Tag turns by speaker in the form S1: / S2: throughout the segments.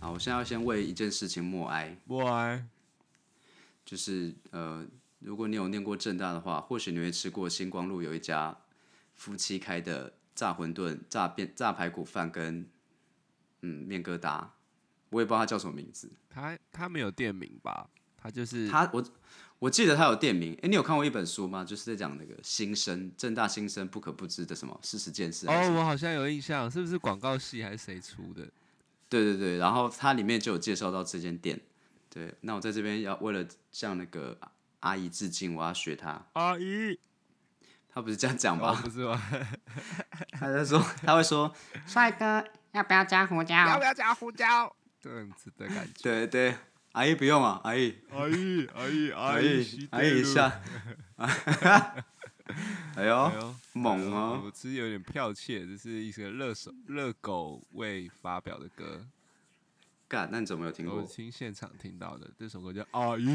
S1: 好，我现在要先为一件事情默哀，
S2: 默哀。
S1: 就是呃，如果你有念过正大的话，或许你会吃过星光路有一家夫妻开的炸馄饨、炸便、炸排骨饭跟嗯面疙瘩，我也不知道它叫什么名字。
S2: 他他没有店名吧？他就是
S1: 它我我记得它有店名。哎、你有看过一本书吗？就是在讲那个新生正大新生不可不知的什么事实件事。
S2: 哦，我好像有印象，是不是广告系还是谁出的？
S1: 对对对，然后它里面就有介绍到这间店。对，那我在这边要为了向那个阿姨致敬，我要学她。
S2: 阿姨，
S1: 她不是这样讲
S2: 哦，
S1: 吧？
S2: 不是吗？
S1: 她在说，她会说，
S3: 帅哥，要不要加胡椒？
S2: 要不要加胡椒？这样子的感觉。
S1: 对对，阿姨不用啊，阿姨，
S2: 阿姨，阿姨，
S1: 阿
S2: 阿
S1: 姨，阿姨一。 下。哎呦，
S2: 哎呦
S1: 猛哦
S2: 我其实有点剽窃，这是一个热手热狗未发表的歌，
S1: 干，那你怎么没有听
S2: 我
S1: 过？
S2: 听现场听到的。这首歌叫《阿姨》，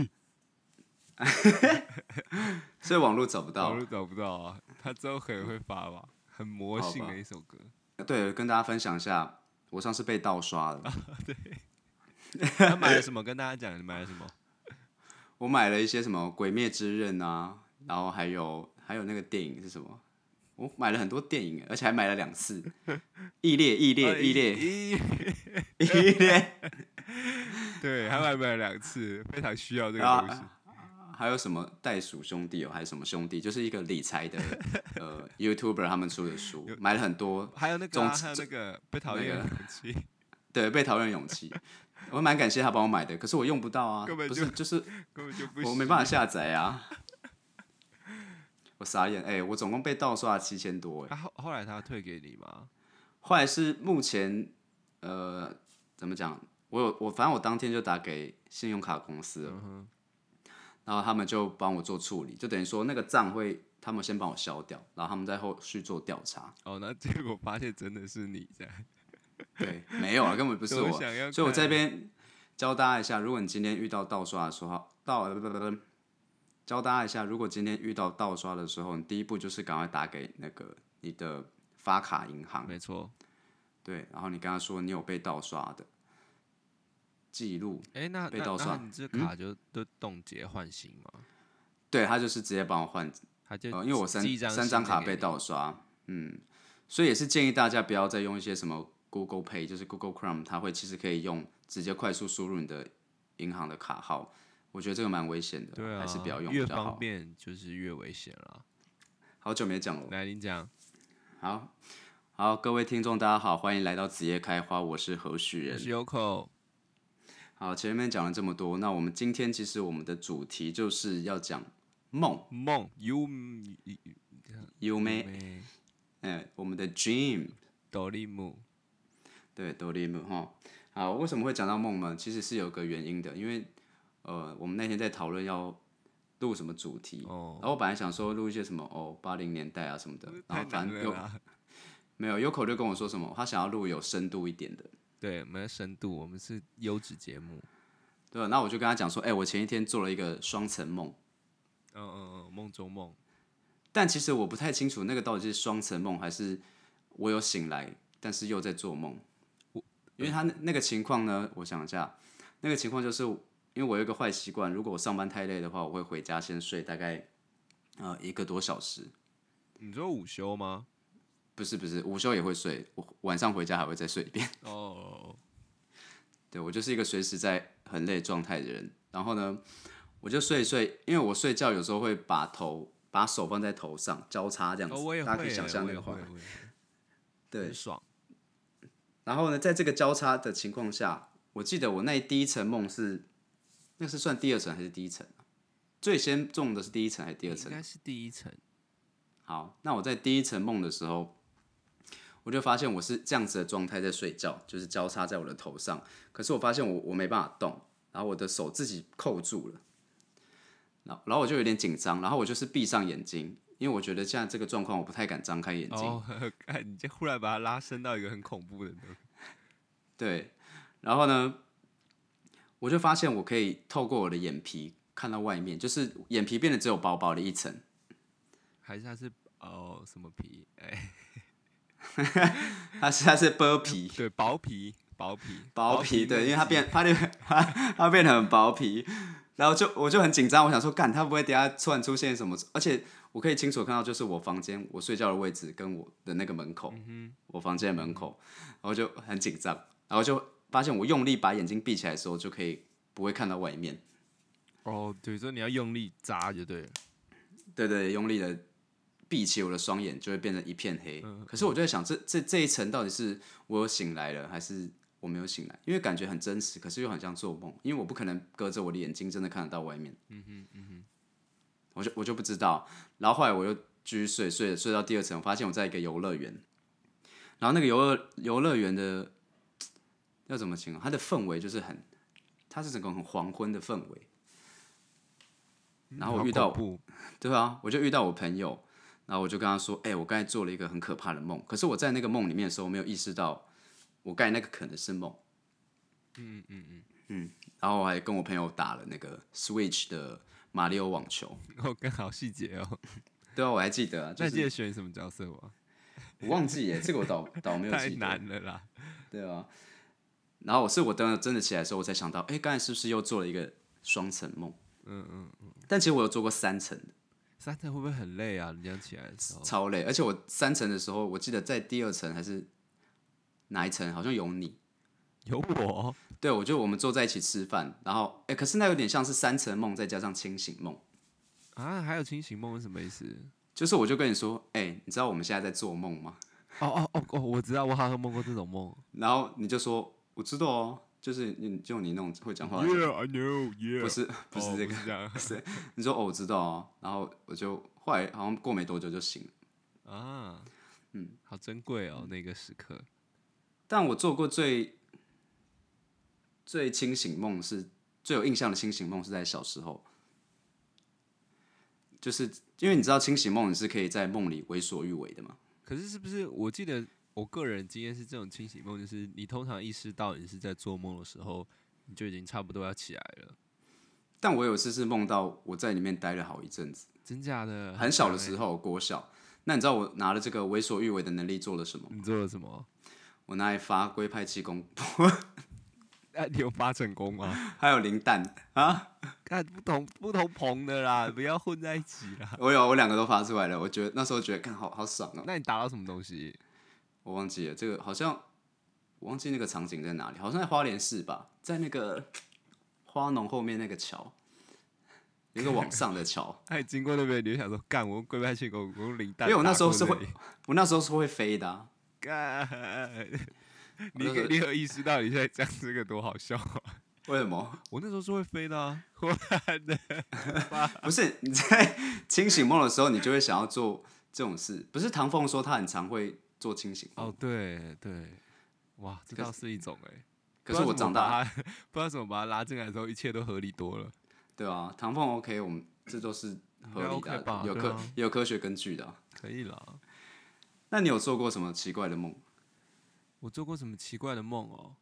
S1: 所以网络找不到
S2: 我都。找不到啊，他之后可能会发吧，很魔性
S1: 好吧
S2: 的一首歌。
S1: 对，跟大家分享一下，我上次被盗刷了。
S2: 他买了什么？跟大家讲，你买了什么？
S1: 我买了一些什么《鬼灭之刃》啊，然后还有还有那个电影是什么？我买了很多电影，而且还买了两 次，《异列》《异列》《异列》《
S2: 哎一，
S1: 异列
S2: 对，他买买了两次，非常需要这》，个
S1: 然后啊
S2: 东西。
S1: 还有什么袋鼠兄弟哦，还是什么兄弟？就是一个理财 的呃 YouTuber 他们出的书，买了很 多。
S2: 还有那个啊，
S1: 总之
S2: 还有那个被讨
S1: 那
S2: 厌的
S1: 个
S2: 勇气，
S1: 对，被讨厌的勇气，我蛮感谢他帮我买的，可是我用不到啊，
S2: 根本
S1: 不
S2: 就是
S1: 就是
S2: 根本就不
S1: 我
S2: 行
S1: 没办法下载啊。我傻眼，哎、我总共被盗刷了七千多、哎。
S2: 啊、后后来他退给你吗？
S1: 后来是目前，呃，怎么讲？我有我反正我当天就打给信用卡公司了，然后他们就帮我做处理，就等于说那个账会他们先帮我消掉，然后他们再后续做调查。
S2: 哦，那结果发现真的是你这样，
S1: 对，没有啊，根本不 是我。
S2: 想要看，
S1: 所以我这边教大家一下，如果你今天遇到盗刷的时候，盗呃不不不不，教大家一下，如果今天遇到盗刷的时候，你第一步就是赶快打给那个你的发卡银行。
S2: 没错。
S1: 对，然后你跟他说你有被盗刷的记录，
S2: 哎、那
S1: 被
S2: 那
S1: 盗
S2: 那
S1: 刷嗯
S2: 你这卡就都冻结换新吗？
S1: 对他就是直接帮我换，
S2: 他就、
S1: 呃，因为我三
S2: 寄一张
S1: 三
S2: 新
S1: 张
S2: 的
S1: 卡
S2: 给
S1: 被
S2: 你，
S1: 盗刷，嗯，所以也是建议大家不要再用一些什么 Google Pay，就是 Google Chrome，它会其实可以用直接快速输入你的银行的卡号，我觉得这个蛮危险的，
S2: 对啊，
S1: 还是不要用比
S2: 越
S1: 较
S2: 方
S1: 好。
S2: 便就是越危险了。
S1: 好久没讲了，
S2: 来，你讲，
S1: 好好，各位听众大家好，欢迎来到子夜开花，我是何许
S2: 我
S1: 人
S2: 是。Yoko，
S1: 好，前面讲了这么多，那我们今天其实我们的主题就是要讲梦，
S2: 梦 You
S1: 优美。
S2: 美
S1: 哎，我们的 dream，
S2: 哆利姆，
S1: 对，哆啦 A 梦哈。好，为什么会讲到梦呢？其实是有个原因的，因为呃，我们那天在讨论要录什么主题，
S2: 哦
S1: 然后我本来想说录一些什么哦八零年代啊什么的，然
S2: 太
S1: 后反
S2: 难
S1: 正
S2: 了
S1: 有
S2: 啦。
S1: 没有 Yoko 就跟我说什么，他想要录有深度一点的，
S2: 对，我们的深度，我们是优质节目。
S1: 对吧？那我就跟他讲说，哎、我前一天做了一个双层梦，
S2: 嗯嗯嗯，梦中梦，
S1: 但其实我不太清楚那个到底是双层梦还是我有醒来，但是又在做梦。因为他那那个情况呢，我想一下，那个情况就是因为我有一个坏习惯，如果我上班太累的话，我会回家先睡大概呃一个多小时，
S2: 你说午休吗？
S1: 不是不是，午休也会睡，我晚上回家还会再睡一遍。
S2: 哦，
S1: 对我就是一个随时在很累的状态的人。然后呢，我就睡一睡，因为我睡觉有时候会把头把手放在头上交叉这样子，
S2: 哦，我也
S1: 大
S2: 会，
S1: 家可以想象那个画面。
S2: 我也会，
S1: 对
S2: 很，爽。
S1: 然后呢，在这个交叉的情况下，我记得我那第一层梦是，那是算第二层还是第一层啊、最先中的是第一层还是第二
S2: 应
S1: 层？
S2: 该是第一层，
S1: 好，那我在第一层梦的时候，我就发现我是这样子的状态在睡觉，就是交叉在我的头上。可是我发现我我没办法动，然后我的手自己扣住了，然后然后我就有点紧张，然后我就是闭上眼睛，因为我觉得现在这个状况我不太敢张开眼睛。
S2: 哦， 看你就忽然把它拉伸到一个很恐怖的地方，
S1: 对，然后呢，我就发现我可以透过我的眼皮看到外面，就是眼皮变得只有薄薄的一层，
S2: 还是它是哦什么皮？哎、
S1: 它是它是剥皮，
S2: 对，薄皮，薄皮，
S1: 薄皮，对，
S2: 嫩
S1: 因为它
S2: 肌
S1: 变，它就 它它变得很薄皮，然后就我就很紧张，我想说，干，它不会等下突然出现什么？而且我可以清楚地看到，就是我房间我睡觉的位置跟我的那个门口，我房间的门口，然后就很紧张，然后就发现我用力把眼睛闭起来的时候，就可以不会看到外面，
S2: 哦，对，所以你要用力扎就对了。
S1: 对对，用力的闭起我的双眼，就会变成一片黑。可是我就在想，这这这一层到底是我有醒来了，还是我没有醒来？因为感觉很真实，可是又很像做梦，因为我不可能隔着我的眼睛真的看得到外面。嗯哼，嗯哼，我就我就不知道。然后后来我又继续睡，睡睡到第二层，我发现我在一个游乐园，然后那个游乐游乐园的要怎么形容？它的氛围就是很，它是整个很黄昏的氛围。然后我遇到
S2: 好恐怖
S1: 对啊，我就遇到我朋友，然后我就跟他说：“哎、我刚才做了一个很可怕的梦，可是我在那个梦里面的时候，没有意识到我刚才那个可能是梦。”嗯嗯嗯嗯，然后我还跟我朋友打了那个 Switch 的马里奥网球。
S2: 哦，跟好细节哦。
S1: 对啊，我还记得啊，
S2: 那
S1: 就
S2: 你记得
S1: 是
S2: 选什么角色吗？
S1: 我忘记耶，这个我倒倒没有
S2: 太
S1: 记得。
S2: 难了啦。
S1: 对啊。然后我是我等真的起来的时候，我才想到，哎，刚才是不是又做了一个双层梦？
S2: 嗯嗯，
S1: 但其实我有做过三层的，
S2: 三层会不会很累啊？你这样起来的时候，
S1: 超累。而且我三层的时候，我记得在第二层还是哪一层，好像有你。
S2: 有我哦
S1: 对，我就我们坐在一起吃饭，然后哎，可是那有点像是三层梦再加上清醒梦，
S2: 啊，还有清醒梦是什么意思？
S1: 就是我就跟你说，哎，你知道我们现在在做梦吗？
S2: 哦哦哦哦，我知道，我好像梦过这种梦。
S1: 然后你就说我知道哦，就是你就你那种会讲话的人，
S2: Yeah, I know.
S1: 啊
S2: Yeah，哦
S1: 不是 不是这个，
S2: 这 样
S1: 你说哦我知道哦，然后我就后来好像过没多久就醒了，
S2: 啊。嗯，好珍贵哦，那个时刻。
S1: 但我做过最最清醒梦是最有印象的清醒梦是在小时候，就是因为你知道清醒梦你是可以在梦里为所欲为的嘛。
S2: 可是是不是？我记得我个人经验是，这种清醒梦就是你通常意识到你是在做梦的时候，你就已经差不多要起来了。
S1: 但我有一次是梦到我在里面待了好一阵子，
S2: 真假的？
S1: 很小的
S2: 强欸
S1: 时候，国小。那你知道我拿了这个为所欲为的能力做了什么？
S2: 你做了什么？
S1: 我拿来发龟派气功，
S2: 哎、你有发成功吗？
S1: 还有零蛋，
S2: 看不同不同棚的啦，不要混在一起啦。
S1: 我有我两个都发出来了。我觉得那时候觉得，看好好爽哦、
S2: 那你打到什么东西？
S1: 我忘记了这个，好像我忘记那个场景在哪里，好像在花莲市吧，在那个花农后面那个桥，有一个往上的桥。
S2: 那你经过那边，你就想说，干，我用龟派气功，我用零蛋。
S1: 因为我那时候是会，我那时候是会飞的、啊，
S2: 干。你
S1: 那时候
S2: 你有意识到你现在讲这个多好笑 啊？
S1: 为什么？
S2: 我那时候是会飞的、啊，我
S1: 不是你在清醒梦的时候，你就会想要做这种事。不是唐凤说他很常会做清醒梦，
S2: 哦，对对，哇，这
S1: 可
S2: 倒是一种哎、
S1: 可是我
S2: 不知道
S1: 长大，
S2: 怎么把它， 不知道怎么把它拉进来之后，一切都合理多了。
S1: 对啊，唐凤 OK，我们这都是合理
S2: 应该
S1: 的
S2: OK 吧
S1: 啊，有
S2: 对
S1: 科
S2: 啊
S1: 也有科学根据的啊。
S2: 可以了。
S1: 那你有做过什么奇怪的
S2: 嗯
S1: 梦？
S2: 我做过什么奇怪的梦哦？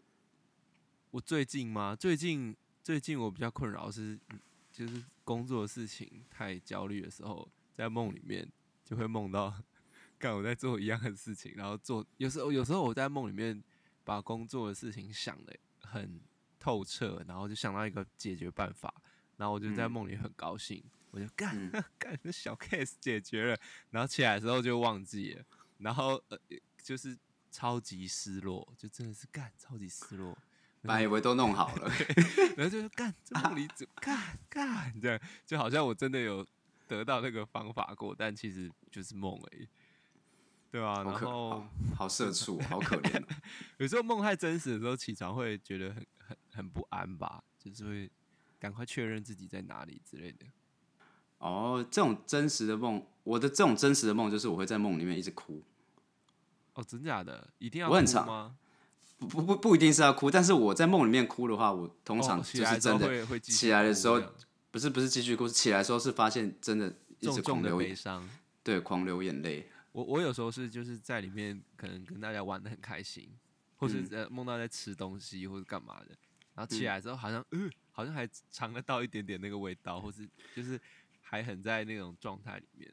S2: 我最近吗？最近最近我比较困扰是，嗯就是工作的事情太焦虑的时候，在梦里面就会梦到， 干我在做一样的事情，然后做有时候有时候我在梦里面把工作的事情想的很透彻，然后就想到一个解决办法，然后我就在
S1: 嗯
S2: 梦里很高兴，我就干、
S1: 嗯
S2: 干这小 case 解决了，然后起来的时候就忘记了，然后呃就是超级失落，就真的是干超级失落，
S1: 本来以为都弄好了，
S2: 然后就是干这梦里 怎干干这样，就好像我真的有得到那个方法过，但其实就是梦而已，对啊，
S1: 好
S2: 然
S1: 可
S2: 后
S1: 好好社畜哦，好可怜哦。
S2: 有时候梦太真实的时候，起床会觉得很很很不安吧，就是会赶快确认自己在哪里之类的。
S1: 哦，这种真实的梦，我的这种真实的梦就是我会在梦里面一直哭，
S2: 哦，真假的，一定要
S1: 我很
S2: 哭
S1: 常
S2: 吗？
S1: 不不不不一定是要哭，但是我在梦里面哭的话，我通常
S2: 哦起
S1: 就
S2: 来
S1: 是
S2: 之后
S1: 真的，
S2: 会会继续
S1: 起来的
S2: 哭
S1: 时候
S2: 这样
S1: 不是不是继续哭，是起来的时候是发现真的一直
S2: 重重
S1: 狂
S2: 的
S1: 流
S2: 悲
S1: 眼，
S2: 伤。
S1: 对，狂流眼泪。
S2: 我我有时候是就是在里面可能跟大家玩的很开心，或
S1: 嗯
S2: 是在梦到在吃东西或者干嘛的，然后起来之后好像嗯、好像还尝得到一点点那个味道，或是就是还很在那种状态里面，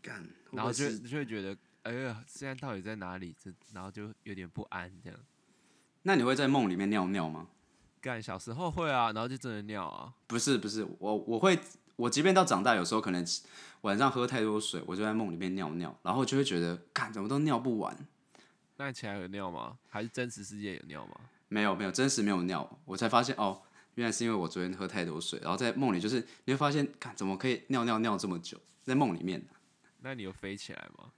S1: 干，会
S2: 然
S1: 不
S2: 后
S1: 会
S2: 就是就会觉得哎呀，现在到底在哪里？这然后就有点不安这样。
S1: 那你会在梦里面尿尿吗？
S2: 干小时候会啊，然后就真的尿啊，
S1: 不是不是，我我会，我即便到长大，有时候可能晚上喝太多水，我就在梦里面尿尿，然后就会觉得，干怎么都尿不完。
S2: 那你起来有尿吗？还是真实世界有尿吗？
S1: 没有没有，真实没有尿，我才发现哦，原来是因为我昨天喝太多水，然后在梦里就是你会发现，看怎么可以尿尿尿这么久，在梦里面
S2: 那你有飞起来吗？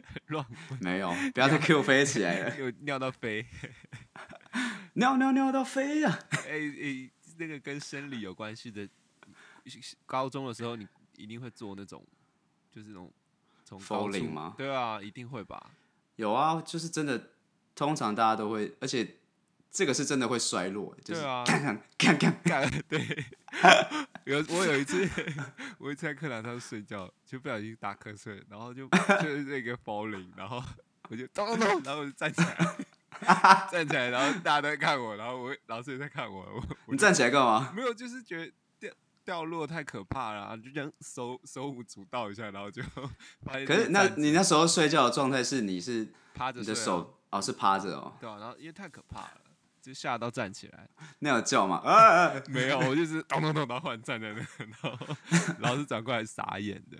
S2: 乱
S1: 没有，不要再 Q 飞起来 了，
S2: 有尿到飞，
S1: 尿尿尿到飞呀、
S2: 哎、哎那个跟生理有关系的，高中的时候你一定会做那种，就是那种从高
S1: Falling
S2: 处
S1: 吗
S2: 对啊，一定会吧。
S1: 有啊，就是真的，通常大家都会，而且这个是真的会衰落，就是
S2: 对啊
S1: 看看看看，
S2: 干对， 有我有一次， 我有一次在课堂上睡觉，就不小心打瞌睡，然后就 就是那个 falling，然后 我就咚咚咚，然后我就站起来，站起来， 然后大家都在看我，然后我老师也在看我，我我
S1: 你站起来干嘛？
S2: 没有就是觉得掉掉落太可怕了、就这样手手舞足蹈一下，然后就 发现
S1: 可是
S2: 自己
S1: 那
S2: 站
S1: 你那时候睡觉的状态是你是
S2: 趴着
S1: 你的
S2: 睡啊
S1: 手哦是趴着哦，
S2: 对啊，然后因为太可怕了。就吓到站起来，
S1: 那有叫
S2: 哎
S1: 吗？啊啊
S2: 没有，我就是 咚咚咚，然后忽然站在那，然后老师转过来傻眼的，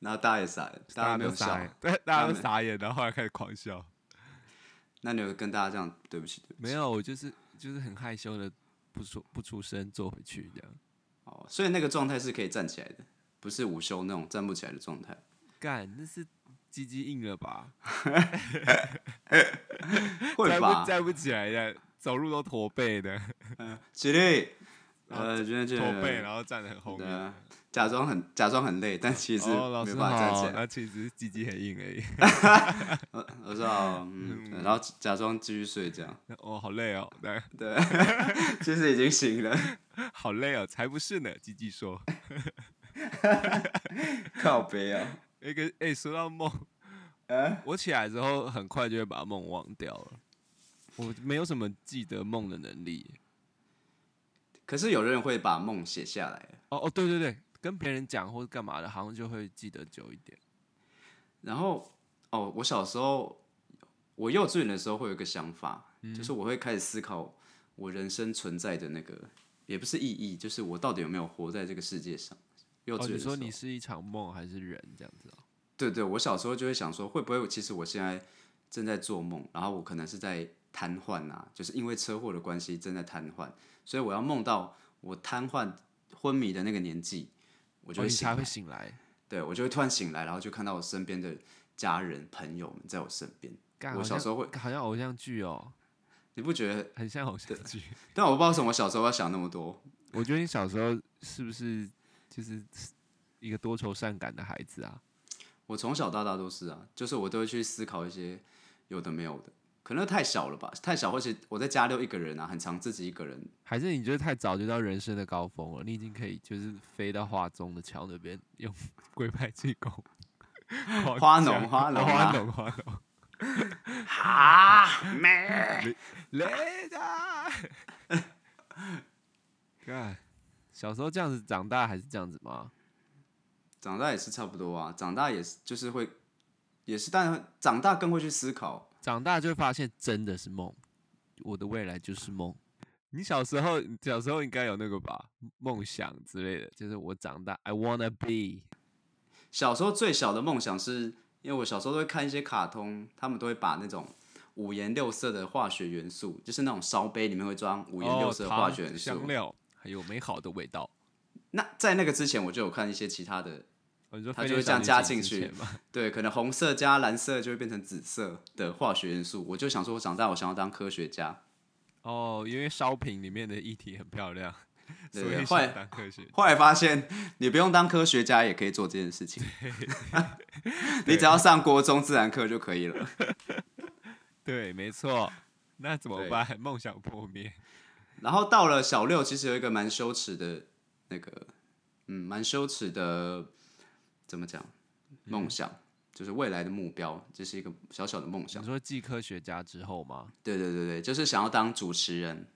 S1: 然后大家也傻了，大家没有笑
S2: 傻，眼， 对，大家
S1: 他
S2: 都
S1: 们
S2: 傻眼，然后后来开始狂笑。
S1: 那你有跟大家这样对不起对不起
S2: 没有，我就是就是很害羞的，不说不出声，坐回去这样。
S1: 哦，所以那个状态是可以站起来的，不是午休那种站不起来的状 态。
S2: 干，那是鸡鸡硬了吧？
S1: 会
S2: 站
S1: 吧
S2: 不？站不起来的，走路都驼背的，
S1: 起立，呃，觉得觉
S2: 驼背，
S1: 得
S2: 然后站得很后面。
S1: 呃假装很假装很累，但其实
S2: 哦，老
S1: 没
S2: 师
S1: 办法站起
S2: 好，
S1: 来。
S2: 那其实是鸡鸡很硬而已。
S1: 呃我知道，嗯，然后假装继续睡这样。
S2: 哦，好累哦，对，
S1: 对，其实已经醒了，
S2: 好累哦，才不是呢，鸡鸡说。
S1: 靠背啊，
S2: 那个，哎，说到梦，
S1: 呃，
S2: 我起来之后很快就会把梦忘掉了，我没有什么记得梦的能力。
S1: 可是有人会把梦写下来，
S2: 哦哦，对对对，跟别人讲或者干嘛的，好像就会记得久一点。
S1: 然后哦，我小时候，我幼稚园的时候会有一个想法，
S2: 嗯
S1: 就是我会开始思考我人生存在的那个，也不是意义，就是我到底有没有活在这个世界上。幼
S2: 哦，
S1: 稚园
S2: 你
S1: 的时候，
S2: 说你是一场梦还是人这样子哦？
S1: 对对，我小时候就会想说，会不会其实我现在正在做梦，然后我可能是在瘫痪啊，就是因为车祸的关系正在瘫痪，所以我要梦到我瘫痪昏迷的那个年纪，我就
S2: 哦
S1: 会
S2: 你
S1: 醒
S2: 才
S1: 来
S2: 会。醒来。
S1: 对，我就会突然醒来，然后就看到我身边的家人朋友们在我身边。
S2: 干
S1: 我
S2: 好
S1: 小
S2: 像
S1: 时候会，
S2: 好像偶像剧哦，
S1: 你不觉得？
S2: 很像偶像剧。
S1: 但我不知道为什么我小时候要想那么多。
S2: 我觉得你小时候是不是就是一个多愁善感的孩子啊？
S1: 我从小到大都是啊，就是我都会去思考一些有的没有的，可能太小了吧，太小，而且我在家里又一个人啊，很常自己一个人。
S2: 还是你觉得太早就到人生的高峰了？你已经可以就是飞到华中的桥那边，用 龟派气功狂讲。
S1: 花农花农
S2: 花
S1: 啊
S2: 农，花农，
S3: 啊，没。
S2: 雷达。 看，小时候这样子，长大还是这样子吗？
S1: 长大也是差不多啊，长大也是就是会，也是，但长大更会去思考。
S2: 长大就会发现真的是梦，我的未来就是梦。你小时候，你小时候应该有那个吧，梦想之类的，就是我长大，I wanna be。
S1: 小时候最小的梦想是，因为我小时候都会看一些卡通，他们都会把那种五颜六色的化学元素，就是那种烧杯里面会装五颜六
S2: 哦
S1: 色的
S2: 糖
S1: 化学元素。
S2: 香料，还有美好的味道。
S1: 那在那个之前，我就有看一些其他的
S2: 哦、你说
S1: 它
S2: 飞
S1: 就
S2: 碟
S1: 会这样
S2: 少
S1: 加
S2: 女
S1: 进
S2: 之前
S1: 去
S2: 吗？
S1: 对，可能红色加蓝色就会变成紫色的化学元素。我就想说，我长大我想要当科学家。
S2: 哦，因为烧瓶里面的液体很漂亮，
S1: 对
S2: 所以
S1: 后来
S2: 想当科学家。
S1: 后来发现，你不用当科学家也可以做这件事情，你只要上国中自然课就可以了。
S2: 对，没错。那怎么
S1: 对
S2: 办？ 梦想破灭。
S1: 然后到了小六，其实有一个蛮羞耻的那个，嗯，蛮羞耻的，怎么讲？梦想、就是未来的目标，这、是一个小小的梦想
S2: 你。说继科学家之后吗？
S1: 对对对对，就是想要当主持人。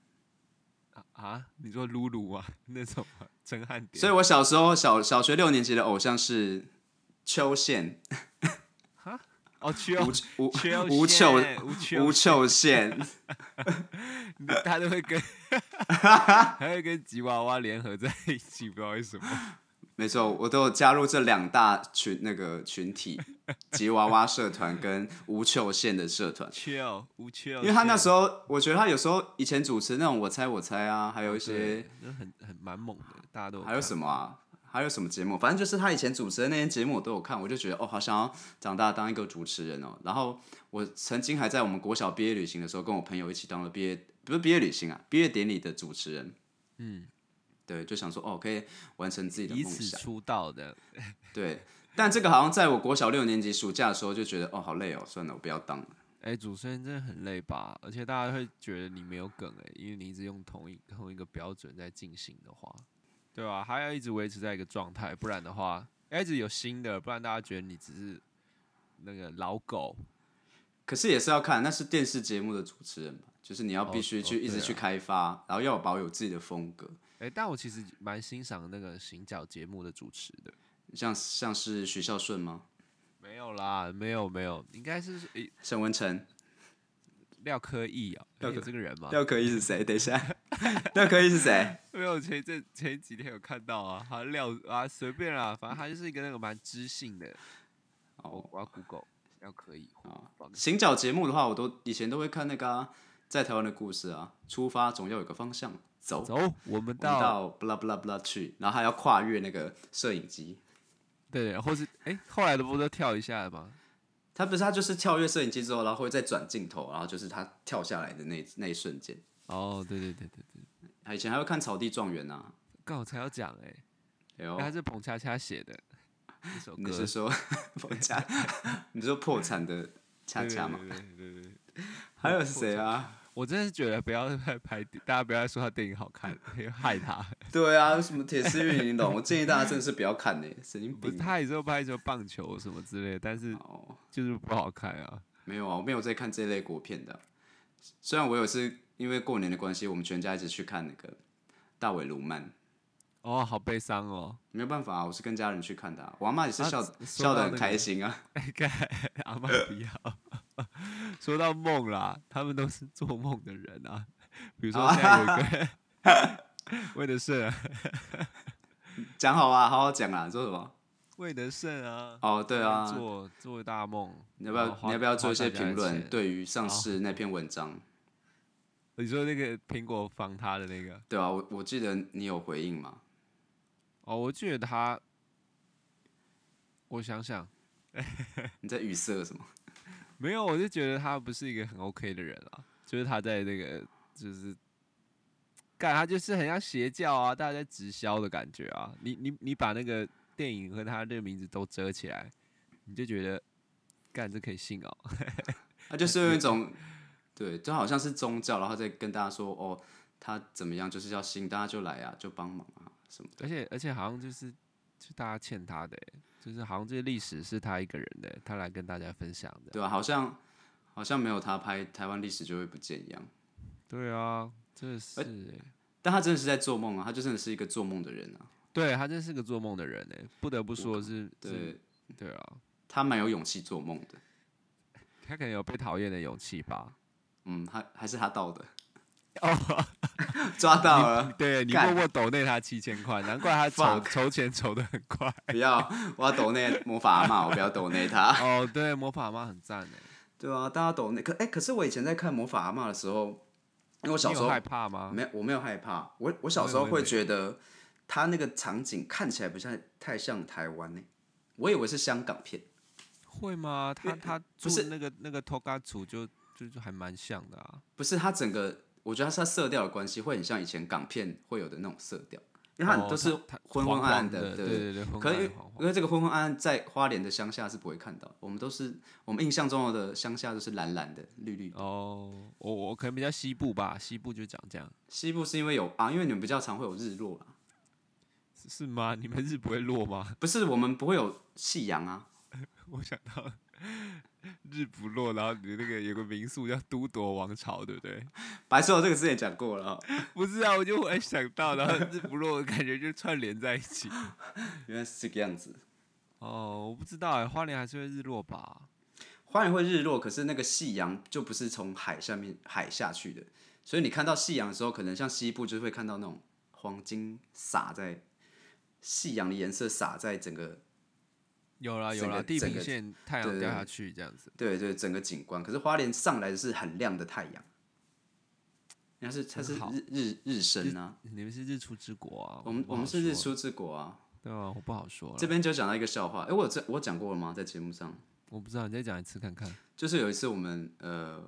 S2: 啊啊，你说露露啊那种吗陈汉典，
S1: 所以我小时候小小学六年级的偶像是秋宪，
S2: 哦，缺
S1: 无无
S2: 缺
S1: 无球
S2: 无
S1: 无
S2: 球，
S1: 球线，
S2: 他都会 跟，还会跟吉娃娃联合在一起，不知道为什么。
S1: 没错，我都有加入这两大群那个群体，吉娃娃社团跟无球线的社团。
S2: chill 无 chill，
S1: 因为他那时
S2: 候
S1: 候，我觉得他有时候以前主持那种“我猜我猜”啊，还有一些
S2: 就很很蛮猛的，大家都
S1: 还有
S2: 么？
S1: 什么啊？还有什么节目？反正就是他以前主持的那些节目我都有看，我就觉得哦，好想要长大当一个主持人哦。然后我曾经还在我们国小毕业旅行的时候，跟我朋友一起当了毕业不是毕业旅行啊，毕业典礼的主持人。
S2: 嗯，
S1: 对，就想说哦，可以完成自己的
S2: 以
S1: 梦
S2: 此
S1: 想。
S2: 出道的，
S1: 对，但这个好像在我国小六年级暑假的时候就觉得哦，好累哦，算了，我不要当了。
S2: 哎、主持人真的很累吧？而且大家会觉得你没有梗哎、因为你一直用同一同一个标准在进行的话，对吧、还要一直维持在一个状态，不然的话，要一直有新的，不然大家觉得你只是那个老狗。
S1: 可是也是要看，那是电视节目的主持人嘛，就是你要必须
S2: 哦
S1: 去、
S2: 哦
S1: 一直
S2: 对啊
S1: 去开发，然后要有保有自己的风格，
S2: 哎、但我其实蛮欣赏那个行脚节目的主持的。
S1: 像像是徐孝顺吗？
S2: 没有啦，没有没有，应该是诶、
S1: 沈文成。
S2: 廖科义啊、
S1: 廖
S2: 有
S1: 科
S2: 这个人吗？
S1: 廖可一是谁？等一下， 廖可一是谁？
S2: 没有前这前几天有看到啊，他廖啊随便啦，反正他就是一个那个蛮知性的。我
S1: 哦，
S2: 我要 Google 要可以。放
S1: 行脚节目的话，我都以前都会看那个啊、在台湾的故事啊，出发总要有个方向，走
S2: 走，我们
S1: 我们
S2: 到
S1: 到布拉布拉布拉去，然后还要跨越那个摄影机。
S2: 对，或是哎、后来的不都跳一下了吗？
S1: 他不是他就是跳跃摄影机之后，然后会再转镜头，然后就是他跳下来的那那一瞬间。
S2: 哦，对对对对对，
S1: 以前还会看草地状元啊，
S2: 刚好才要讲哎、
S1: 哎
S2: 诶
S1: 呦，
S2: 他是彭恰恰写的一首歌，
S1: 你是说 破产？你是说破产的恰
S2: 对
S1: 恰吗？？
S2: 对对对对对，
S1: 还有是谁啊？
S2: 我真的是觉得不要再拍，大家不要再说他电影好看，害他。
S1: 对啊，什么铁丝玉玲珑，我建议大家真的是不要看呢、神经
S2: 不是
S1: 病。
S2: 他也是有拍什么棒球什么之类的，但是
S1: 哦，
S2: 就是不好看啊。
S1: 没有啊，我没有在看这类国片的。虽然我有次因为过年的关系，我们全家一起去看那个大尾卢曼，
S2: 哦，好悲伤哦。
S1: 没有办法啊，我是跟家人去看的啊、我阿妈也是
S2: 啊
S1: 笑、
S2: 说
S1: 笑
S2: 到
S1: 得很
S2: 那
S1: 开
S2: 个
S1: 心啊。
S2: 该阿曼不要。 说到梦啦，他们都是做梦的人啊。比如说现在有一个人
S1: 啊
S2: 魏德胜啊，
S1: 讲好啊，好好讲啊，说什么？
S2: 魏德胜啊，
S1: 哦，对啊，
S2: 做做大梦。
S1: 你要不要
S2: 然后花
S1: 你要不要做一些
S2: 花大家哦的
S1: 评论？
S2: 钱？
S1: 对于上
S2: 好
S1: 市那篇文章，
S2: 你说那个苹果防他的那个，
S1: 对啊，我我记得你有回应嘛？
S2: 哦，我记得他，我想想，
S1: 你在语塞什么？
S2: 没有，我就觉得他不是一个很 OK 的人啊，就是他在那个就是。干他就是很像邪教啊，大家在直销的感觉啊。你你你把那个电影和他这个名字都遮起来，你就觉得干这可以信哦。
S1: 他就是有一种，对，就好像是宗教，然后再跟大家说哦，他怎么样，就是要信，大家就来啊，就帮忙啊什么的。
S2: 而且而且好像就是就大家欠他的欸、就是好像这些历史是他一个人的欸、他来跟大家分享的。
S1: 对啊，好像好像没有他拍台湾历史就会不见一样。
S2: 对啊，真的是、欸，
S1: 但他真的是在做梦啊，他就真的是一个做梦的人啊。
S2: 对他真是个做梦的人哎、不得不说是，是
S1: 对
S2: 对啊，
S1: 他蛮有勇气做梦的，
S2: 他可能有被讨厌的勇气吧。
S1: 嗯，他还是他到的，
S2: 哦，
S1: 抓到
S2: 你
S1: 了，
S2: 对你
S1: 干
S2: 默默抖内他七千块，难怪他筹
S1: Fuck
S2: 筹钱筹的很快。
S1: 不要，我要抖那魔法阿妈，我不要抖那他。
S2: 哦，对，魔法妈很赞哎，
S1: 对啊，大家抖那可哎、可是我以前在看魔法阿妈的时候，因为我小
S2: 你
S1: 时
S2: 有
S1: 候
S2: 害怕吗？
S1: 没有，我没有害怕。我我小时候会觉得他那个场景看起来不像太像台湾呢、欸我以为是香港片。
S2: 会吗？他他住
S1: 是
S2: 的那个那个 Toga 组就就就还蛮像的啊。
S1: 不是它整个，我觉得它是它色调的关系，会很像以前港片会有的那种色调，因为它
S2: 哦
S1: 都是
S2: 它它
S1: 昏昏暗暗
S2: 黄黄的，
S1: 对
S2: 对
S1: 对。
S2: 对，昏
S1: 可
S2: 昏
S1: 是因为
S2: 暗黄黄
S1: 因为这个昏昏暗暗在花莲的乡下是不会看到，我们都是我们印象中的乡下都是蓝蓝的、绿绿的。
S2: 哦，我我可能比较西部吧，西部就长这样，
S1: 西部是因为有啊，因为你们比较常会有日落啦，
S2: 是是吗？你们日不会落吗？
S1: 不是我们不会有夕阳啊，
S2: 我想到日不落，然后你那个有个民宿叫都铎王朝，对不对？
S1: 白色这个之前讲过了哦、
S2: 不是啊，我就忽然想到，然后日不落的感觉就串联在一起。
S1: 原来是这个样子。
S2: 欸哦，我不知道哎、花莲还是会日落吧？
S1: 花园会日落，可是那个夕阳就不是从海下面海下去的，所以你看到夕阳的时候，可能像西部就会看到那种黄金洒在夕阳的颜色洒在整个
S2: 有啦有
S1: 整
S2: 啦，
S1: 个
S2: 地
S1: 整
S2: 平
S1: 个
S2: 线太阳
S1: 对对
S2: 掉
S1: 对
S2: 下去这样子，
S1: 对对整个景观。可是花莲上来的是很亮的太阳，人家是它是
S2: 很好
S1: 日日日升啊，
S2: 你们是日出之国啊，
S1: 我们
S2: 不
S1: 我
S2: 好
S1: 们是日出
S2: 说，
S1: 之国啊。
S2: 对啊，我不好说
S1: 这
S2: 了，
S1: 边就讲到一个笑话，哎、我有这我有讲过了吗？在节目上。
S2: 我不知道，你再讲一次看看。
S1: 就是有一次我们呃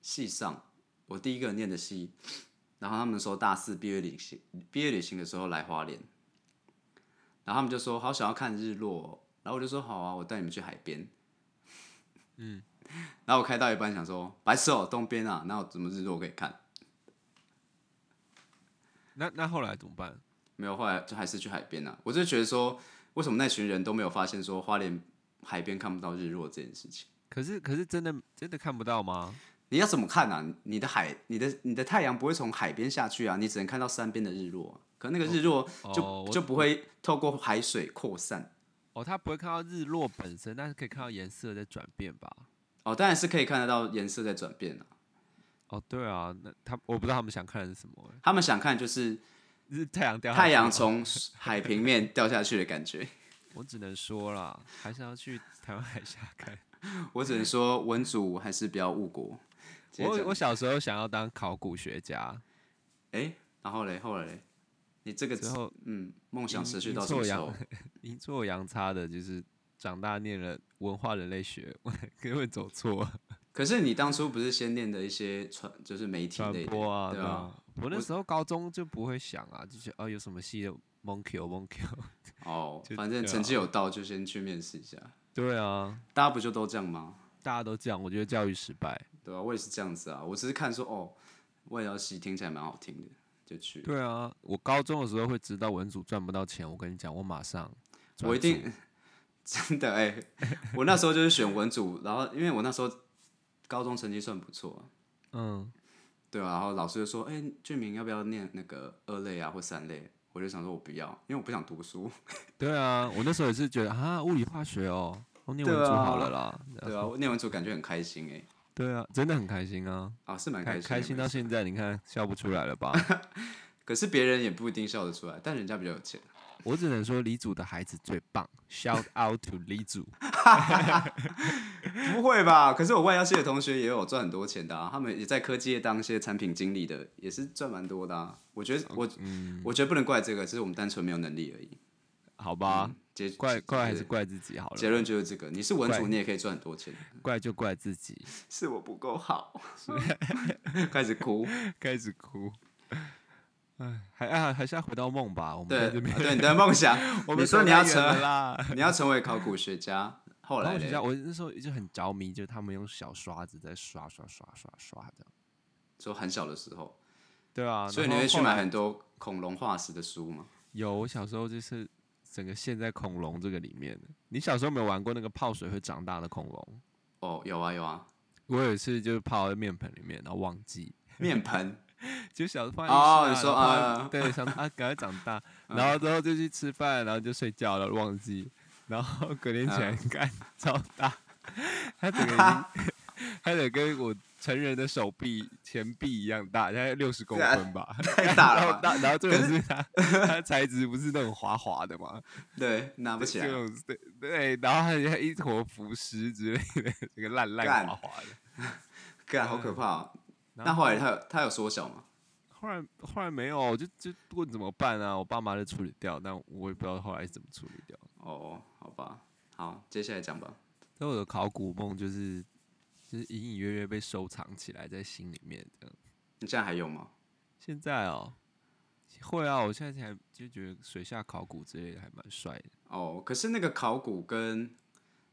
S1: 系上，我第一个念的系，然后他们说大四毕业旅行，毕业旅行的时候来花莲，然后他们就说好想要看日落哦、然后我就说好啊，我带你们去海边。嗯， 然后我开到一半想说白痴哦、东边啊，哪有什么日落可以看？
S2: 那那后来怎么办？
S1: 没有，后来就还是去海边啊。我就觉得说，为什么那群人都没有发现说花莲海边看不到日落这件事情？
S2: 可是可是真的真的看不到吗？
S1: 你要怎么看啊？你的海，你的你的太阳不会从海边下去啊，你只能看到山边的日落啊、可那个日落就、
S2: 哦我
S1: 就不会透过海水扩散
S2: 哦，他不会看到日落本身，但是可以看到颜色在转变吧？
S1: 哦，当然是可以看得到颜色在转变啊。
S2: 哦，对啊，那他我不知道他们想看的是什么、欸，
S1: 他们想看就是
S2: 日太阳掉下
S1: 太
S2: 去
S1: 阳
S2: 吗
S1: 从海平面掉下去的感觉。
S2: 我只能说啦，还是要去台湾海峡看。
S1: 我只能说，文主还是不要误国。 直接
S2: 我
S1: 讲
S2: 我小时候想要当考古学家，
S1: 哎、然后嘞，后来嘞，你这个
S2: 之后
S1: 嗯梦想
S2: 阴
S1: 持续
S2: 阴
S1: 到什么
S2: 错
S1: 时
S2: 阳
S1: 候？
S2: 阴错阳差的，就是长大念了文化人类学， 我根本走错了
S1: 可是你当初不是先念的一些传，就是媒体
S2: 传
S1: 类的，
S2: 播啊，
S1: 对
S2: 对
S1: 啊
S2: 啊。我那
S1: 我
S2: 时候高中就不会想啊，就觉得哦有什么系的 monkey monkey，
S1: 哦
S2: 就，
S1: 反正
S2: 对啊
S1: 成绩有到就先去面试一下。
S2: 对啊，
S1: 大家不就都这样吗？
S2: 大家都这样，我觉得教育失败。
S1: 对啊，我也是这样子啊。我只是看说哦，外交系听起来蛮好听的，就去。
S2: 对啊，我高中的时候会知道文组赚不到钱，我跟你讲，我马上转
S1: 我一
S2: 组
S1: 定 真的哎、我那时候就是选文组， 然后因为我那时候高中成绩算不错、啊，
S2: 嗯，
S1: 对啊，然后老师就说：“哎、俊明要不要念那个二类啊或三类？”我就想说，我不要，因为我不想读 书。
S2: 对啊，我那时候也是觉得啊物理化学哦，我念文
S1: 对
S2: 组好
S1: 啊
S2: 了啦，
S1: 对啊，我念文组感觉很开心哎、
S2: 对啊，真的很开心啊，
S1: 啊是蛮开
S2: 开
S1: 心的
S2: 开心到
S1: 没错
S2: 现在，你看笑不出来了吧？
S1: 可是别人也不一定笑得出来，但人家比较有钱。
S2: 我只能说李祖的孩子最棒，shout out to 李祖。
S1: 不会吧？可是我外交系的同学也有赚很多钱的啊，他们也在科技业当一些产品经理的，也是赚蛮多的啊。我觉得我、
S2: 嗯
S1: 我觉得不能怪这个，只是我们单纯没有能力而已。
S2: 好吧，
S1: 结
S2: 啊怪怪嗯还是
S1: 对
S2: 怪自己好
S1: 结
S2: 了，
S1: 论就是这个，你是文主，
S2: 怪
S1: 你也可以赚很多钱，
S2: 怪就怪自己，
S1: 是我不够好， 开始哭。
S2: 开始哭。哎，还啊，还是要回到梦吧。我们
S1: 对
S2: 在
S1: 啊
S2: 这边，，
S1: 对，你的梦想
S2: 我
S1: 你
S2: 们
S1: 说
S2: 扯
S1: 你要
S2: 太远了
S1: 成，
S2: 啦。
S1: 你要成为考古学家，后
S2: 然
S1: 来
S2: 后我学校，
S1: 嘞，
S2: 我那时候就很着迷，就是他们用小刷子在刷刷刷刷刷这样。
S1: 说很小的时候，
S2: 对啊，
S1: 所以你
S2: 然后
S1: 会去
S2: 后
S1: 买
S2: 来
S1: 很多恐龙化石的书吗？
S2: 有，我小时候就是整个陷在恐龙这个里面的。你小时候没有玩过那个泡水会长大的恐龙？
S1: 哦，有啊有啊，
S2: 我有一次就是泡在面盆里面，然后忘记，
S1: 面盆。
S2: 就小时候放在
S1: 哦
S2: 浴
S1: 你
S2: 室
S1: 说
S2: 啊然后
S1: 啊嗯
S2: 泡在对，想啊赶快长大，然后之后就去吃饭，然后就睡觉了，忘记，然后隔天起来
S1: 嗯
S2: 看超大，它 整个已经，它得跟我成人的手臂前臂一样大，大概六十公
S1: 对啊
S2: 分吧。
S1: 太大了
S2: 然后
S1: 吧，
S2: 大，然后重点是它它材质不是那种滑滑的嘛，
S1: 对，拿不起来
S2: 这。种对对，然后还有一坨浮尸之类的，这个烂烂
S1: 干
S2: 滑滑的。
S1: 干，好可怕、哦！
S2: 嗯然
S1: 那后来他有他有缩小吗？
S2: 后来后来没有，就就问怎么办啊？我爸妈就处理掉，但我也不知道后来怎么处理掉。
S1: 哦，好吧，好，接下来讲吧。
S2: 所以我的考古梦就是就是隐隐约约被收藏起来在心里面这样。
S1: 你现在还有吗？
S2: 现在哦，会啊，我现在还就觉得水下考古之类的还蛮帅的。
S1: 哦，可是那个考古跟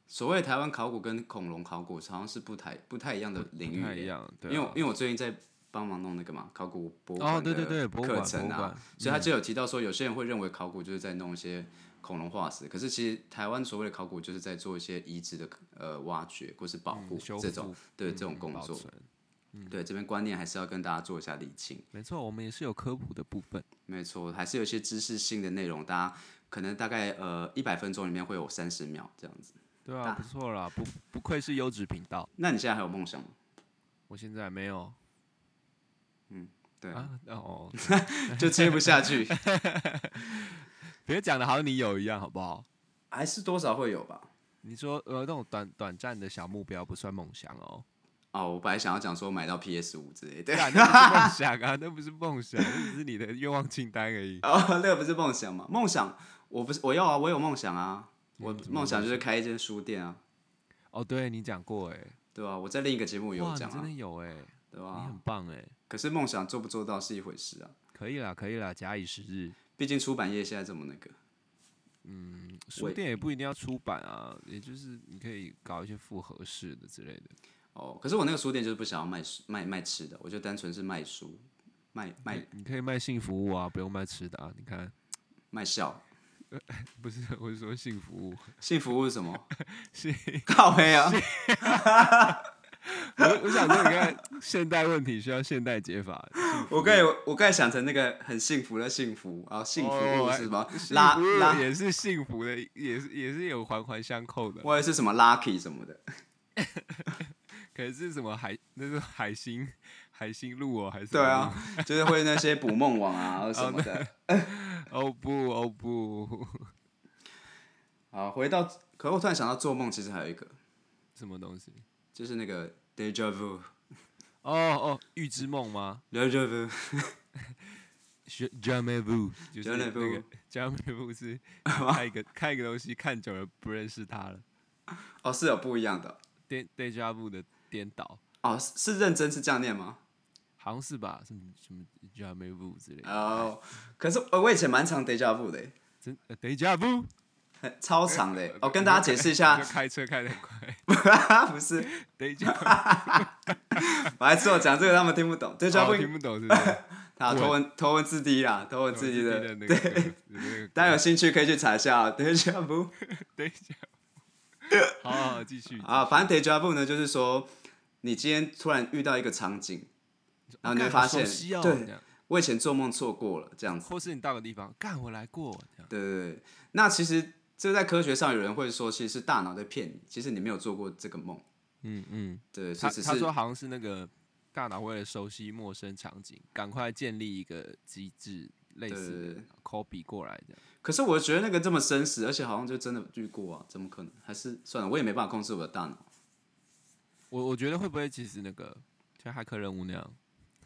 S1: 所谓台湾考古跟恐龙考古好像是不太不太一样的领
S2: 不太
S1: 域
S2: 一
S1: 耶，
S2: 样，对、啊，
S1: 因为我因为我最近在帮忙弄那个嘛考古博物
S2: 哦，
S1: 馆
S2: 对对对，
S1: 的
S2: 博物
S1: 课
S2: 馆，
S1: 程
S2: 博物
S1: 啊
S2: 馆，，嗯
S1: 所以他就有提到说，有些人会认为考古就是在弄一些恐龙化石，可是其实台湾所谓的考古就是在做一些遗址的呃挖掘或是保护
S2: 嗯修
S1: 这种
S2: 复
S1: 对
S2: 嗯
S1: 这种工
S2: 保
S1: 作，
S2: 存
S1: 对这边观念还是要跟大家做一下理清。
S2: 没错，我们也是有科普的部分。
S1: 没错，还是有一些知识性的内容，大家可能大概呃一百分钟里面会有三十秒这样子。
S2: 对啊，
S1: 大
S2: 不错啦，不不愧是优质频道。
S1: 那你现在还有梦想吗？
S2: 我现在没有
S1: 对，
S2: 啊，哦，
S1: 就接不下去，
S2: 别讲的好像你有一样，好不好？
S1: 还是多少会有吧。
S2: 你说呃，那种短短暂的小目标不算梦想 哦，
S1: 哦，我本来想要讲说买到 PS 五之类的，
S2: 干那不是梦想啊，那不是梦想，那只是你的愿望清单而已。
S1: 哦，那个不是梦想吗？梦想，我不是我要啊，我有梦想啊，我梦想就是开一间书店啊，
S2: 哦，对你讲过哎、
S1: 对吧、我在另一个节目也
S2: 哇，
S1: 有
S2: 你
S1: 讲
S2: 真的
S1: 啊，
S2: 有哎、
S1: 对吧、
S2: 你很棒哎、
S1: 可是梦想做不做到是一回事啊，
S2: 可以啦，可以啦，假以时日，
S1: 毕竟出版业现在这么那个，
S2: 书店也不一定要出版啊，也就是你可以搞一些复合式的之类的。
S1: 哦，可是我那个书店就是不想要卖书卖卖吃的，我就单纯是卖书，卖卖
S2: 你可以卖性服务啊，不用卖吃的啊。你看，
S1: 卖笑。
S2: 不是我是说性服务，
S1: 性服务是什 么？
S2: 性
S1: 靠黑啊！
S2: 我我想说，你看现代问题需要现代解法，幸福
S1: 我刚才我刚才想成那个很幸福的幸福，然后幸福物
S2: 哦
S1: 是什么？
S2: 幸
S1: 拉
S2: 福
S1: 拉，
S2: 也是幸福的，也是也是有环环相扣的。
S1: 我也是什么 lucky 什么的。
S2: 可能是什么海，那是海星海星路哦，还是什
S1: 对
S2: 么
S1: 啊，就是会那些捕梦网啊或什么
S2: 哦
S1: 的。
S2: 路？哦不哦不，
S1: 好，回到，可我突然想到做梦，其实还有一个，
S2: 什么东西？
S1: 就是那个 deja vu，deja
S2: 哦哦，预知梦吗
S1: vu，
S2: Je-？Jamais vu，就是那
S1: Jamais
S2: 个
S1: vu
S2: Jamais vu 是看一个看一个东西看久了不认识它了，
S1: 哦，是有不一样的。
S2: 颠 deja vu 的颠倒，
S1: 哦，是是认真是这样念吗？
S2: 好像是吧？什么什么 Jamais vu 之类的，
S1: 哦，可是呃我以前蛮常 deja vu 的，欸
S2: 真呃 deja vu。
S1: 很哎超长
S2: 哎
S1: 的。哦，跟大家解释一下
S2: 就，开车开得很 快。
S1: 不是，
S2: 等一下，
S1: 我还是我讲这个他们听不懂
S2: 这
S1: ，deja
S2: 我哦听
S1: vu，
S2: 不懂是不 是？
S1: 好，头文头文字 D 啦，头文字
S2: 自
S1: D
S2: 己
S1: 的
S2: 的，那个对那个。
S1: 大家有兴趣可以去查一下啊 deja vu。
S2: 等一 下，好好好继续。
S1: 啊，反正 deja vu 呢，就是说你今天突然遇到一个场景，然后你会
S2: 干
S1: 发
S2: 好熟
S1: 现，
S2: 悉哦这
S1: 对
S2: 样
S1: 我以前做梦错过了这样子。
S2: 或是你到个地方，干我来过这样。
S1: 对对对，那其实这在科学上有人会说，其实是大脑在骗你，其实你没有做过这个梦。
S2: 嗯嗯，
S1: 对，
S2: 他
S1: 是只
S2: 他
S1: 是
S2: 说好像是那个大脑为了熟悉陌生场景，赶快建立一个机制，类似的 copy 过来这样。
S1: 可是我觉得那个这么真实，而且好像就真的遇过啊，怎么可能？还是算了，我也没办法控制我的大脑。
S2: 我我觉得会不会其实那个像骇客任务那样，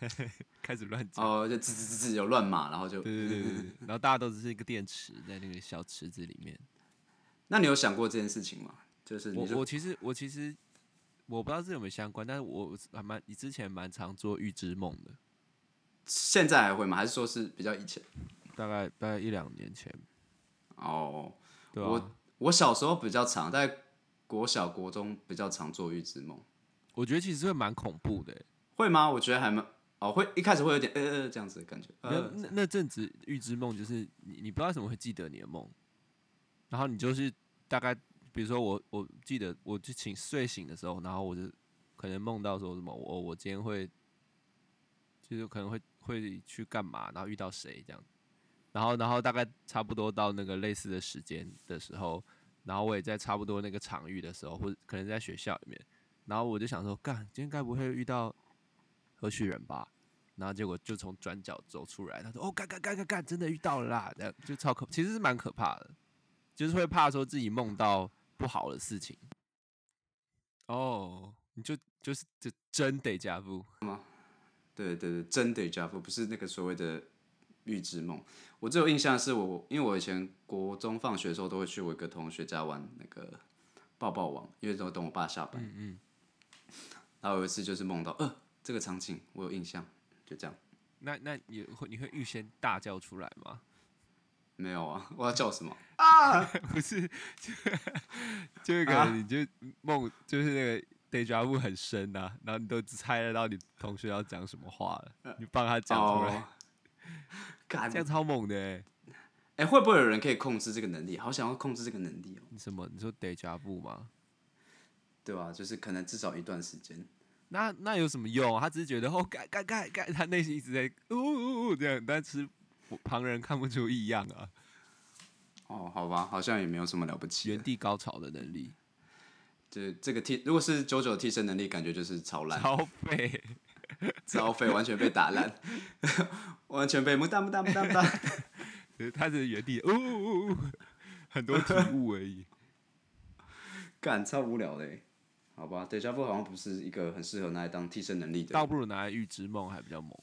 S2: 开始乱讲。
S1: 哦，就嗯吱吱吱吱有乱码，然后就。
S2: 对对对对对，然后大家都只是一个电池在那个小池子里面。
S1: 那你有想过这件事情吗？就是
S2: 我
S1: 你就
S2: 我其实我其实我不知道这有没有相关，但是我还蛮你之前蛮常做预知梦的，
S1: 现在还会吗？还是说是比较以前？
S2: 大概大概一两年前，
S1: 哦，
S2: 对吧、啊
S1: 我我小时候比较常，在国小、国中比较常做预知梦，
S2: 我觉得其实会蛮恐怖的欸、
S1: 会吗？我觉得还蛮哦，会一开始会有点呃呃这样子的感觉，呃
S2: 那那那阵子预知梦就是你你不知道怎么会记得你的梦，然后你就是大概比如说我我记得我就醒睡醒的时候，然后我就可能梦到说什么哦我我今天会就是可能会会去干嘛，然后遇到谁这样，然后然后大概差不多到那个类似的时间的时候，然后我也在差不多那个场域的时候，或者可能在学校里面，然后我就想说干今天该不会遇到何许人吧？然后结果就从转角走出来，他说：“哦，干干干干干，真的遇到了啦！”这样就超可，其实是蛮可怕的，就是会怕说自己梦到不好的事情。哦，你就就是就真得加入，
S1: 对对对，真的 j a 不是那个所谓的预知梦。我最有印象的是我，因为我以前国中放学的时候都会去我一个同学家玩那个抱抱网，因为都等我爸下班。嗯嗯。 然后有一次就是梦到，呃，这个场景我有印象，就这样。
S2: 那那你会你会预先大叫出来吗？
S1: 没有啊，我要叫什么？
S2: 不是，就就是可能你就梦、就是那个 deja vu 很深呐、然后你都只猜得到你同学要讲什么话了，你帮他讲出来，
S1: 哦。干
S2: 这样超猛的、欸。
S1: 哎、会不会有人可以控制这个能力？好想要控制这个能力哦，
S2: 你什么？你说 deja vu 吗？
S1: 对吧、就是可能至少一段时间。
S2: 那那有什么用啊？他只是觉得哦，干干干干，他内心一直在呜呜呜这样，但是我旁人看不出异样啊。
S1: 哦，好吧，好像也没有什么了不起
S2: 原
S1: 的。
S2: 地高潮的能力，
S1: 就是这个替，如果是九九替身能力，感觉就是超烂，
S2: 超废。
S1: 超废，完全被打烂， 完全被木哒木哒木哒木哒。
S2: 呃他是原地，呜呜呜，很多体悟 而已。
S1: 干超无聊的欸，好吧？对，加布好像不是一个很适合拿来当替身能力
S2: 倒
S1: 的。
S2: 不如拿来预知梦还比较猛，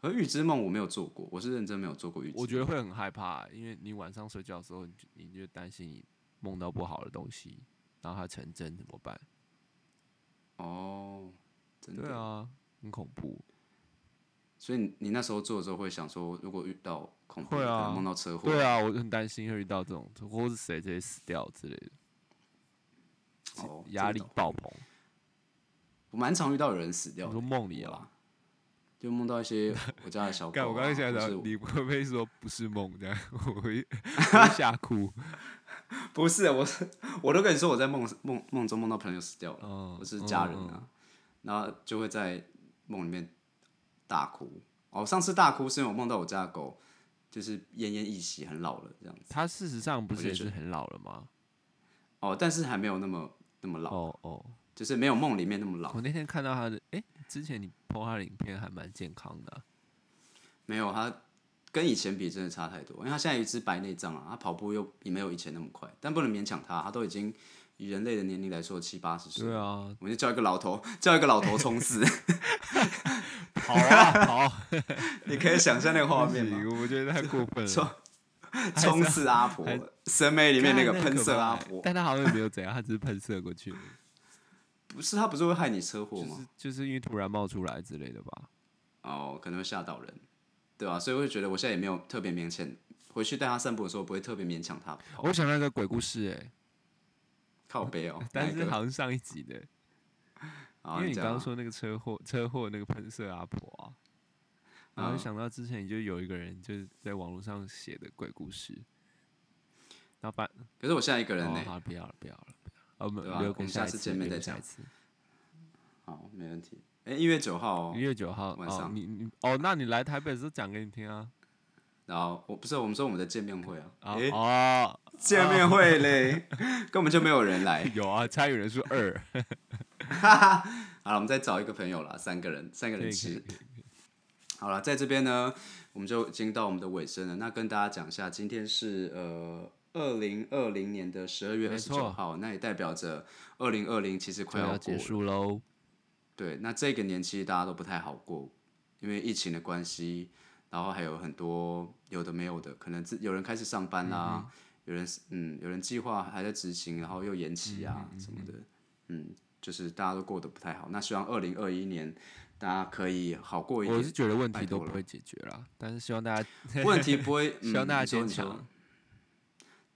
S1: 而预知梦我没有做过，我是认真没有做过预知。
S2: 我觉得会很害怕、欸因为你晚上睡觉的时候，你就你就担心你梦到不好的东西，然后它成真怎么办？
S1: 哦，真
S2: 对
S1: 的。
S2: 啊，很恐怖。
S1: 所以你你那时候做的时候会想说，如果遇到恐怖的，
S2: 会啊
S1: 可能梦到车祸，
S2: 对啊，我很担心会遇到这种，或是谁直接死掉之类的，
S1: 哦，
S2: 压
S1: 这
S2: 力
S1: 个懂
S2: 爆棚。
S1: 我蛮常遇到有人死掉
S2: 你
S1: 的
S2: 说
S1: 欸，
S2: 梦里
S1: 我
S2: 啊？
S1: 啦，就梦到一些我家的小狗、啊。
S2: 干，我刚刚想
S1: 或
S2: 到
S1: 是，
S2: 你会不会说不是梦这样？ 我 会我会吓哭。
S1: 不是，我 是我都跟你说我在梦梦梦中梦到朋友死掉了，
S2: 嗯
S1: 我是家人
S2: 嗯
S1: 啊，然后就会在梦里面大哭。哦，上次大哭是因为我梦到我家的狗就是奄奄一息，很老了这样子。
S2: 他事实上不
S1: 我
S2: 是
S1: 就
S2: 也
S1: 觉
S2: 是很老了吗？
S1: 哦，但是还没有那么那么老，
S2: 哦哦，
S1: 就是没有梦里面那么老
S2: 我。那天看到他的，哎、之前你 PO 他的影片还蛮健康的啊、
S1: 没有，它跟以前比真的差太多，因为它现在有一只白内障啊，它跑步又也没有以前那么快，但不能勉强它，它都已经以人类的年龄来说七八十岁
S2: 对，啊，
S1: 我就叫一个老头，叫一个老头冲刺，
S2: 好啊，好啊，
S1: 你可以想象那个画面吗？
S2: 不行我觉得太过 分
S1: 冲
S2: 了。
S1: 冲刺阿婆
S2: 还，
S1: 审美里面那个
S2: 干
S1: 喷射啊阿
S2: 很可怕欸
S1: 婆，
S2: 但他好像也没有怎样，他只是喷射 过去，
S1: 不是他不是会害你车祸
S2: 就
S1: 吗？
S2: 是就是因为突然冒出来之类的吧。
S1: 哦，可能会吓到人，对吧、所以我会觉得我现在也没有特别勉强，回去带他散步的时候不会特别勉强他跑
S2: 我想到一个鬼故事、欸，
S1: 靠背 哦
S2: 哎，，但
S1: 哪
S2: 是
S1: 一个
S2: 好像上一集的，
S1: 好
S2: 因为你
S1: 讲
S2: 刚刚
S1: 啊
S2: 说那个车祸，车祸那个喷射阿婆啊，然
S1: 嗯
S2: 后就想到之前就有一个人就是在网络上写的鬼故事，然后把
S1: 可是我现在一个人呢、
S2: 哦，好，不要了，不要了，不要了。哦，我们
S1: 对啊
S2: 留
S1: 我
S2: 给
S1: 们
S2: 下
S1: 下
S2: 一
S1: 次
S2: 次
S1: 见面
S2: 留
S1: 再
S2: 给下一
S1: 讲
S2: 次。
S1: 好，没问题。哎、一月九号、哦
S2: 一，月九号
S1: 晚
S2: 哦
S1: 上，
S2: 你你哦，那你来台北的时候讲给你听啊。
S1: 然后我不是我们说我们的见面会啊，
S2: 啊
S1: 诶
S2: 哦，
S1: 见面 会嘞，根本就没有人来。
S2: 有啊，参与人数 二，
S1: 好了，我们再找一个朋友啦，三个人，三个
S2: 可以
S1: 人
S2: 可以
S1: 吃。
S2: 可以
S1: 好了，在这边呢，我们就已经到我们的尾声了。那跟大家讲一下，今天是呃二零二零年的十二月
S2: 没
S1: 二十
S2: 错
S1: 九号，那也代表着二零二零其实
S2: 就
S1: 快
S2: 要
S1: 过
S2: 结
S1: 了。
S2: 束喽。
S1: 对，那这个年期大家都不太好过，因为疫情的关系，然后还有很多有的没有的，可能自有人开始上班啦、有人嗯，有人计划还在执行，然后又延期啊什么的，嗯，就是大家都过得不太好。那希望二零二一年大家可以好过一
S2: 我是
S1: 点，
S2: 觉得问
S1: 拜
S2: 题都
S1: 托
S2: 不
S1: 了
S2: 会解决啦，但是希望大家，
S1: 问题不会，嗯、
S2: 希望大家
S1: 你说
S2: 坚
S1: 你说
S2: 强。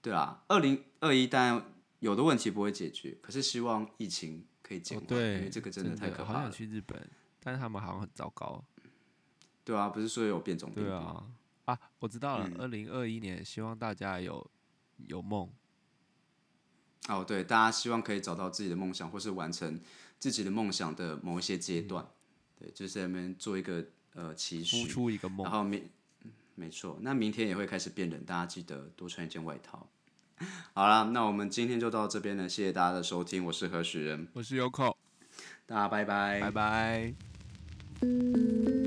S1: 对啦，二零二一当然有的问题不会解决，可是希望疫情可以减
S2: 哦
S1: 缓，因
S2: 对，
S1: 为这个真
S2: 的
S1: 太可
S2: 好
S1: 怕
S2: 想
S1: 了。
S2: 去日本，但是他们好像很糟糕。
S1: 对啊，不是说有变种病
S2: 对
S1: 毒。
S2: 啊，啊，我知道了。二零二一年，希望大家有有梦，
S1: 哦，对，大家希望可以找到自己的梦想，或是完成自己的梦想的某一些阶段。对，就是在那边做一个呃期
S2: 孵
S1: 许，
S2: 嗯出一个梦
S1: 然。后明嗯没错，那明天也会开始变冷，大家记得多穿一件外套。好啦，那我们今天就到这边了，谢谢大家的收听，我是何许人，
S2: 我是 Yoko，
S1: 大家拜拜，
S2: 拜拜。
S4: Thank